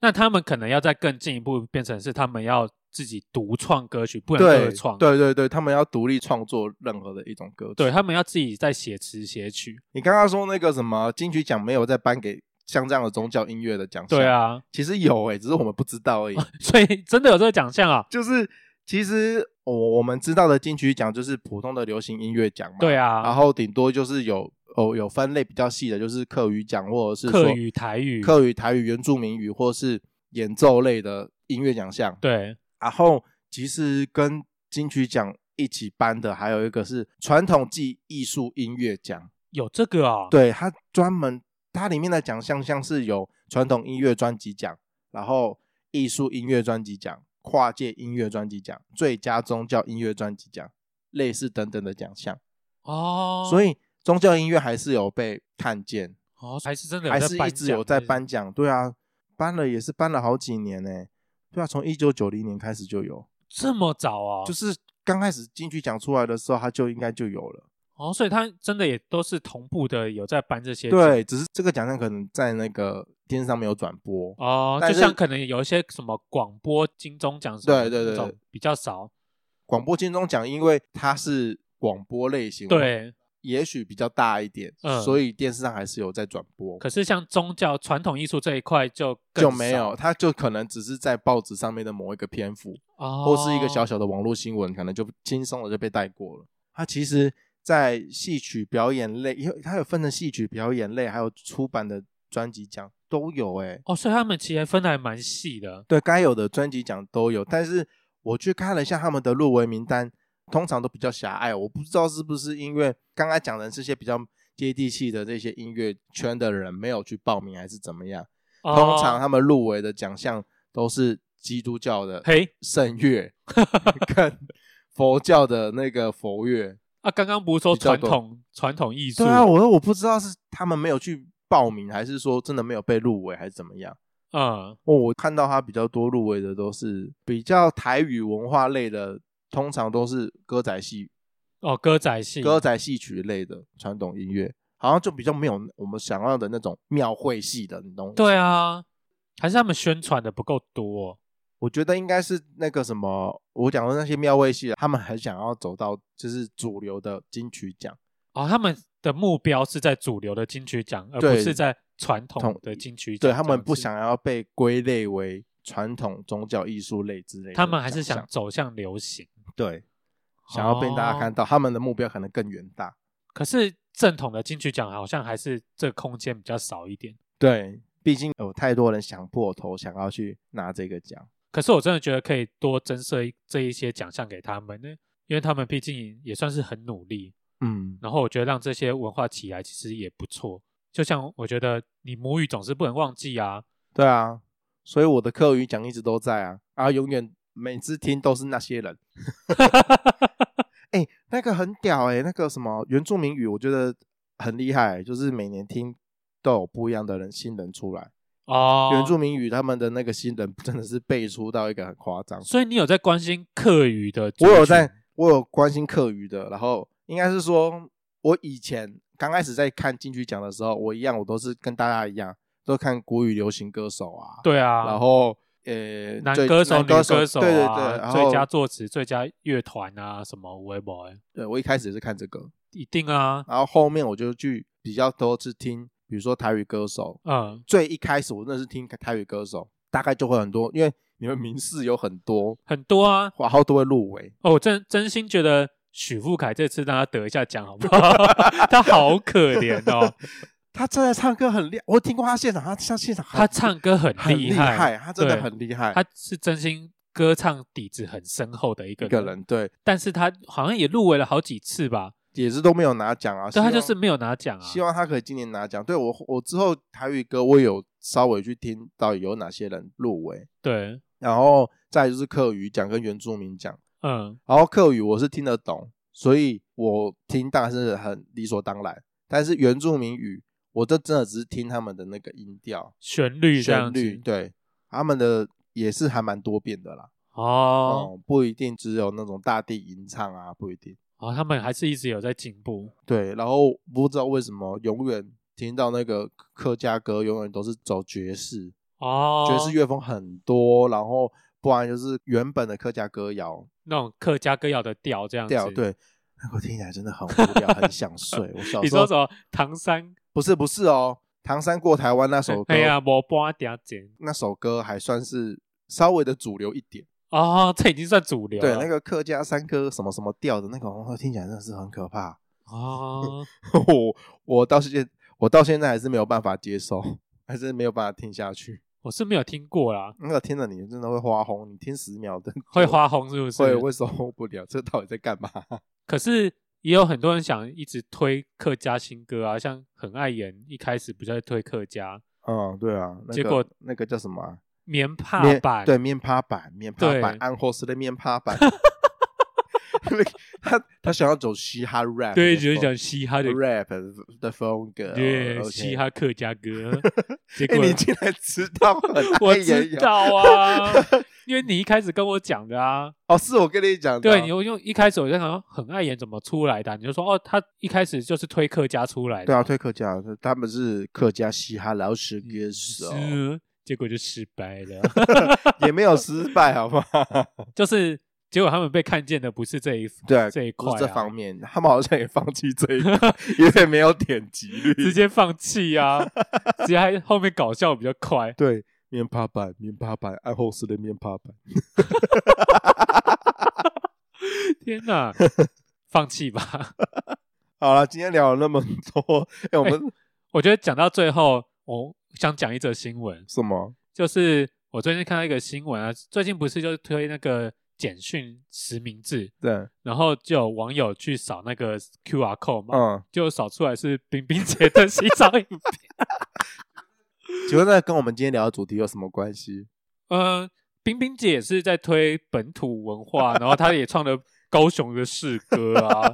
S2: 那他们可能要再更进一步，变成是他们要自己独创歌曲，不能
S1: 对
S2: 二，创。
S1: 对对对，他们要独立创作任何的一种歌曲。
S2: 对，他们要自己再写词写曲。
S1: 你刚刚说那个什么金曲奖没有再颁给像这样的宗教音乐的奖项，
S2: 对，啊，
S1: 其实有诶、只是我们不知
S2: *laughs*
S1: 道而已。
S2: 所以真的有这个奖项啊？
S1: 就是其实我我们知道的金曲奖就是普通的流行音乐奖嘛，
S2: 对
S1: 啊，
S2: 啊，
S1: 然后顶多就是有哦有分类比较细的，就是客语奖或者是说
S2: 客语、台语，
S1: 客语、台语、原住民语或是演奏类的音乐奖项。，
S2: 对
S1: 然后其实跟金曲奖一起颁的还有一个是传统暨艺术音乐奖。
S2: 有这个啊。
S1: 对，它专门它里面的奖项像是有传统音乐专辑奖，然后艺术音乐专辑奖，跨界音乐专辑奖、最佳宗教音乐专辑奖，类似等等的奖项。
S2: 哦，
S1: 所
S2: 以
S1: 以宗教音乐还是有被看见，
S2: 哦还是真的有
S1: 还
S2: 在
S1: 是
S2: 颁
S1: 一直
S2: 奖
S1: 有在
S2: 这件事
S1: 颁奖。对啊，颁了也是颁了好几年呢、对啊，从一九九零年开始就有，
S2: 这么早啊，
S1: 就是是刚开始金曲奖出来的时候，它就应该就有了。
S2: 哦，所以他真的也都是同步的有在颁这些奖
S1: 对，只是这个奖项可能在那个电视上没有转播。
S2: 哦，
S1: 但
S2: 就是像可能有一些什么广播金钟奖什么
S1: 对对对
S2: 那种
S1: 对
S2: 比较少，
S1: 广播金钟奖，因为它是广播类型，，
S2: 对。
S1: 也许比较大一点，
S2: 嗯
S1: 所以电视上还是有在转播，
S2: 可是像宗教传统艺术这一块就更
S1: 就没有，
S2: 少，
S1: 它就可能只是在报纸上面的某一个篇幅，
S2: 哦、
S1: 或是一个小小的网络新闻，可能就轻松的就被带过了。它其实，在戏曲表演类，因为它有分成戏曲表演类，还有出版的专辑奖都有、欸，
S2: 哦，所以他们其实分的还蛮细的
S1: 对该有的专辑奖都有，但是我去看了一下他们的入围名单，通常都比较狭隘。我不知道是不是因为刚刚讲的这些比较接地气的这些音乐圈的人没有去报名，还是怎么样？
S2: 哦。
S1: 通常他们入围的奖项都是基督教的
S2: 嘿
S1: 圣 *laughs* 乐跟佛教的那个佛乐。
S2: 啊，刚刚不是说
S1: 比较
S2: 传
S1: 多
S2: 统传统艺术
S1: 对啊，我我不知道是他们没有去报名，还是说真的没有被入围，还是怎么样？
S2: 嗯
S1: 哦，我看到他比较多入围的都是比较台语文化类的，通常都是歌仔戏、
S2: 哦歌仔戏
S1: 歌仔戏曲类的传统音乐，好像就比较没有我们想要的那种庙会系的，你懂？，
S2: 对啊，还是他们宣传的不够多、哦
S1: 我觉得应该是那个什么，我讲的那些庙会系的，他们很想要走到就是主流的金曲奖，
S2: 哦，他们的目标是在主流的金曲奖，而不
S1: 对
S2: 是在传统
S1: 统
S2: 的金曲奖。
S1: 对他
S2: 这
S1: 们
S2: 样
S1: 不
S2: 子，
S1: 想要被归类为传统宗教艺术类之类的奖项，
S2: 他们还是想走向流行，
S1: 对，想要被大家看
S2: 哦。
S1: 到，他们的目标可能更远大。
S2: 可是正统的金曲奖好像还是这个空间比较少一点。
S1: 对，毕竟有太多人想破头想要去拿这个奖。
S2: 可是我真的觉得可以多增设一这一些奖项给他们呢，因为他们毕竟也算是很努力。
S1: 嗯，
S2: 然后我觉得让这些文化起来其实也不错。就像我觉得你母语总是不能忘记啊，
S1: 对啊，所以我的课余奖一直都在啊，啊，永远每次听都是那些人。 *laughs* 哎、那个很屌哎、那个什么原住民语，我觉得很厉害、就是每年听都有不一样的人新人出来。
S2: 哦，
S1: 原住民语他们的那个新人真的是背出到一个很夸张。
S2: 所以你有在关心客语的？
S1: 我有在，，我有关心课余的，然后应该是说，我以前刚开始在看金曲奖的时候，我一样，我都是跟大家一样，都看国语流行歌手啊，
S2: 对啊，
S1: 然后呃，
S2: 男
S1: 最
S2: 歌手、
S1: 男
S2: 女
S1: 歌
S2: 歌手啊，
S1: 对对对，然后
S2: 最佳作词、最佳乐团啊，什么 w e b o
S1: 对我一开始也是看这个，
S2: 一定啊，
S1: 然后后面我就去比较多是听，比如说台语歌手，
S2: 嗯，
S1: 最一开始我那是听台语歌手，大概就会很多，因为你们名次有很多，
S2: 很多啊。
S1: 然后都会入围，
S2: 哦，我真真心觉得许富凯这次让他得一下奖好不
S1: *laughs*
S2: 好？他好可怜哦，
S1: 他真的唱歌很厉害，我听过他现场，他像现场很
S2: 他唱歌很
S1: 很
S2: 厉
S1: 害，
S2: 害，
S1: 他真的
S2: 对
S1: 很厉害。
S2: 他是真心歌唱底子很深厚的一个
S1: 一个，人对，
S2: 但是他好像也入围了好几次吧，
S1: 也是都没有拿奖啊。
S2: 但他
S1: 希
S2: 就
S1: 望
S2: 是没有拿奖啊。
S1: 希望他可以今年拿奖。对我，我之后台语歌我有稍微去听到有哪些人入围，
S2: 对，
S1: 然后再来就是客语奖跟原住民奖。
S2: 嗯，
S1: 然后客语我是听得懂，所以我听当然是很理所当然。但是原住民语，我这真的只是听他们的那个音调、
S2: 旋律这样
S1: 旋
S2: 子，
S1: 律，对他们的也是还蛮多变的啦。
S2: 哦，
S1: 哦、不一定只有那种大地吟唱啊，不一定。
S2: 哦，他们还是一直有在进步。
S1: 对，然后不知道为什么，永远听到那个客家歌，永远都是走爵士，
S2: 哦，
S1: 爵士乐风很多，然后不然就是原本的客家歌谣
S2: 那种客家歌谣的调这样子。
S1: 调。，对，那个听起来真的很无聊，很想睡。我小
S2: *laughs* 你
S1: 时
S2: 说
S1: 候
S2: 什么？唐山
S1: 不是不是哦，唐山过台湾那首
S2: *laughs*
S1: 歌，
S2: 哎呀，我半点剪
S1: 那首歌还算是稍微的主流一点。
S2: 哦，这已经算主流
S1: 对，
S2: 了
S1: 那个客家山歌什么什么调的那个，哦听起来真的是很可怕。
S2: 哦，
S1: *laughs* 我我到现我到现在还是没有办法接受，还是没有办法听下去。
S2: 我是没有听过
S1: *laughs*
S2: 啦，
S1: 那个听了你真的会花红，你听十秒的
S2: 会花红是不
S1: 会
S2: 是？
S1: 会受不了，这到底在干嘛？ *laughs*
S2: 可是也有很多人想一直推客家新歌啊，像很爱演一开始不就在推客家，
S1: 嗯，对啊，那个
S2: 结果
S1: 那个叫什么啊、
S2: 棉
S1: 面
S2: 帕版，
S1: 对面趴板，面趴板，
S2: 对
S1: 安霍斯的面
S2: *laughs*
S1: 趴板。他他想要走嘻哈 rap，
S2: 对，
S1: 的
S2: 就是
S1: 风
S2: 讲嘻哈的，
S1: rap 的风格，
S2: 对，
S1: OK
S2: 嘻。哈客家
S1: *laughs*
S2: 歌。结
S1: 哎，
S2: 果
S1: 你竟然知道很
S2: *laughs*
S1: *laughs*
S2: 我
S1: 爱演
S2: 知
S1: 员
S2: 道
S1: *laughs*
S2: 啊，因为你一开始跟我讲的啊，
S1: 哦，是我跟你讲的，哦
S2: 对，你我用一开始我就想说很碍眼怎么出来的啊、你就说哦，他一开始就是推客家出来的，
S1: 对啊，推客家，他们是客家嘻哈饶舌歌手，
S2: 是，结果就失败了，*laughs*
S1: 哦也没有失败，好不好？ *laughs*
S2: 就是结果他们被看见的不是这一
S1: 对，
S2: 这一
S1: 不
S2: 块、
S1: 是
S2: 啊，
S1: 这方面，他们好像也放弃这一块， *laughs* 因为没有点击
S2: 直
S1: 率。
S2: 接放弃
S1: *laughs*
S2: 啊，直接还后面搞笑比较快，
S1: 对，面趴板，面趴板，爱后斯的面趴板。
S2: 天
S1: *laughs*
S2: 哪，放弃吧。
S1: 好了，今天聊了那么多，哎、我们、
S2: 我觉得讲到最后，我想讲一则新闻，
S1: 什么？
S2: 就是我最近看到一个新闻啊，最近不是就是推那个简讯实名制，
S1: 对，
S2: 然后就有网友去扫那个 QR code 嘛，
S1: 嗯，
S2: 就扫出来是冰冰姐的洗澡影片。 *laughs*
S1: 请问那跟我们今天聊的主题有什么关系？
S2: 嗯，冰冰姐也是在推本土文化，然后她也唱了高雄的市歌啊，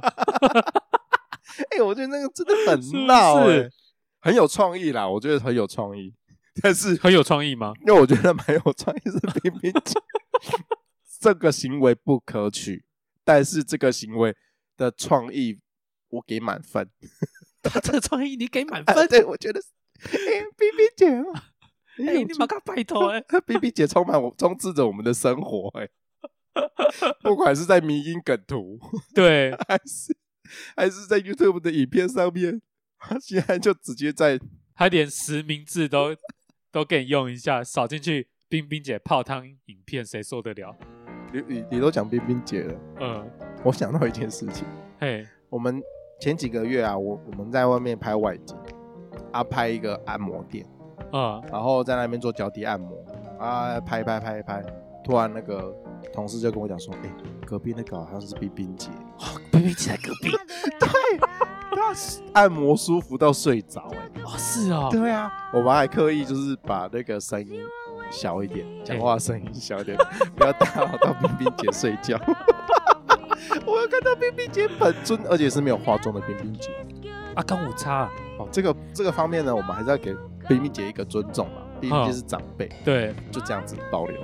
S1: 哎、我觉得那个真的
S2: 是不
S1: 很闹、哎，
S2: 是
S1: 很有创意啦，我觉得很有创意，但是
S2: 很有创意吗？
S1: 因为我觉得蛮有创意是冰冰姐这个行为不可取，但是这个行为的创意我给满分。
S2: *laughs* 她这个创意你给满
S1: 啊
S2: 分，
S1: 对，我觉得是，哎、冰冰姐很好，
S2: *laughs*
S1: 很
S2: 哎、
S1: 有
S2: 你
S1: 趣
S2: 马上拜托
S1: *laughs*
S2: 哎、
S1: 冰冰姐充满我充斥着我们的生活、哎，不管是在迷音梗图，
S2: *laughs* 对，
S1: 还是还是在 YouTube 的影片上面，她现在就直接在
S2: 她连实名制都都给你用一下，扫进去冰冰姐泡汤影片，谁受得了？
S1: 你你你都讲冰冰姐了，
S2: 嗯，
S1: 我想到一件事情，
S2: 嘿，
S1: 我们前几个月啊，我我们在外面拍外景，啊拍一个按摩店，
S2: 啊、
S1: 然后在那边做脚底按摩，啊拍拍拍拍，突然那个同事就跟我讲说，哎、隔壁那个好像是冰冰姐。
S2: 冰冰姐在隔壁
S4: 对，
S1: 啊他按摩舒服到睡着哎、
S2: *laughs* 哦，是哦，
S1: 对啊，我们还刻意就是把那个声音小一点，讲话声音小一点，不要打扰到冰冰姐睡觉。 *laughs* 我要看到冰冰姐本尊，而且是没有化妆的冰冰姐。
S2: 啊，跟我差、啊，
S1: 哦，这个这个方面呢，我们还是要给冰冰姐一个尊重嘛。冰冰姐是长辈，
S2: 对，
S1: 就这样子保留。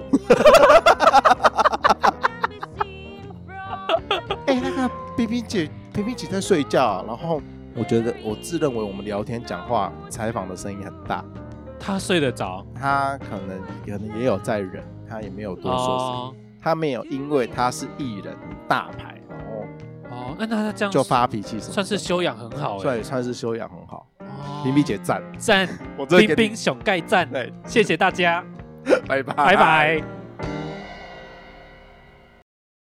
S1: 哎、那个冰冰姐，冰冰姐在睡觉，啊然后我觉得我自认为我们聊天、讲话、采访的声音很大，
S2: 她睡得着，
S1: 她可能可能也有在忍，她也没有多说什么，
S2: 哦
S1: 她没有因为她是艺人大牌，然后
S2: 哦，那那她这样
S1: 就发脾气什么的，
S2: 算是修养很好哎、
S1: 算也算是修养很好。
S2: 哦
S1: 冰冰姐赞，
S2: 赞，
S1: 我真的
S2: 冰
S1: 给你
S2: 冰熊盖赞，
S1: 对，啊
S2: 谢谢大家，
S1: 拜拜
S2: 拜拜。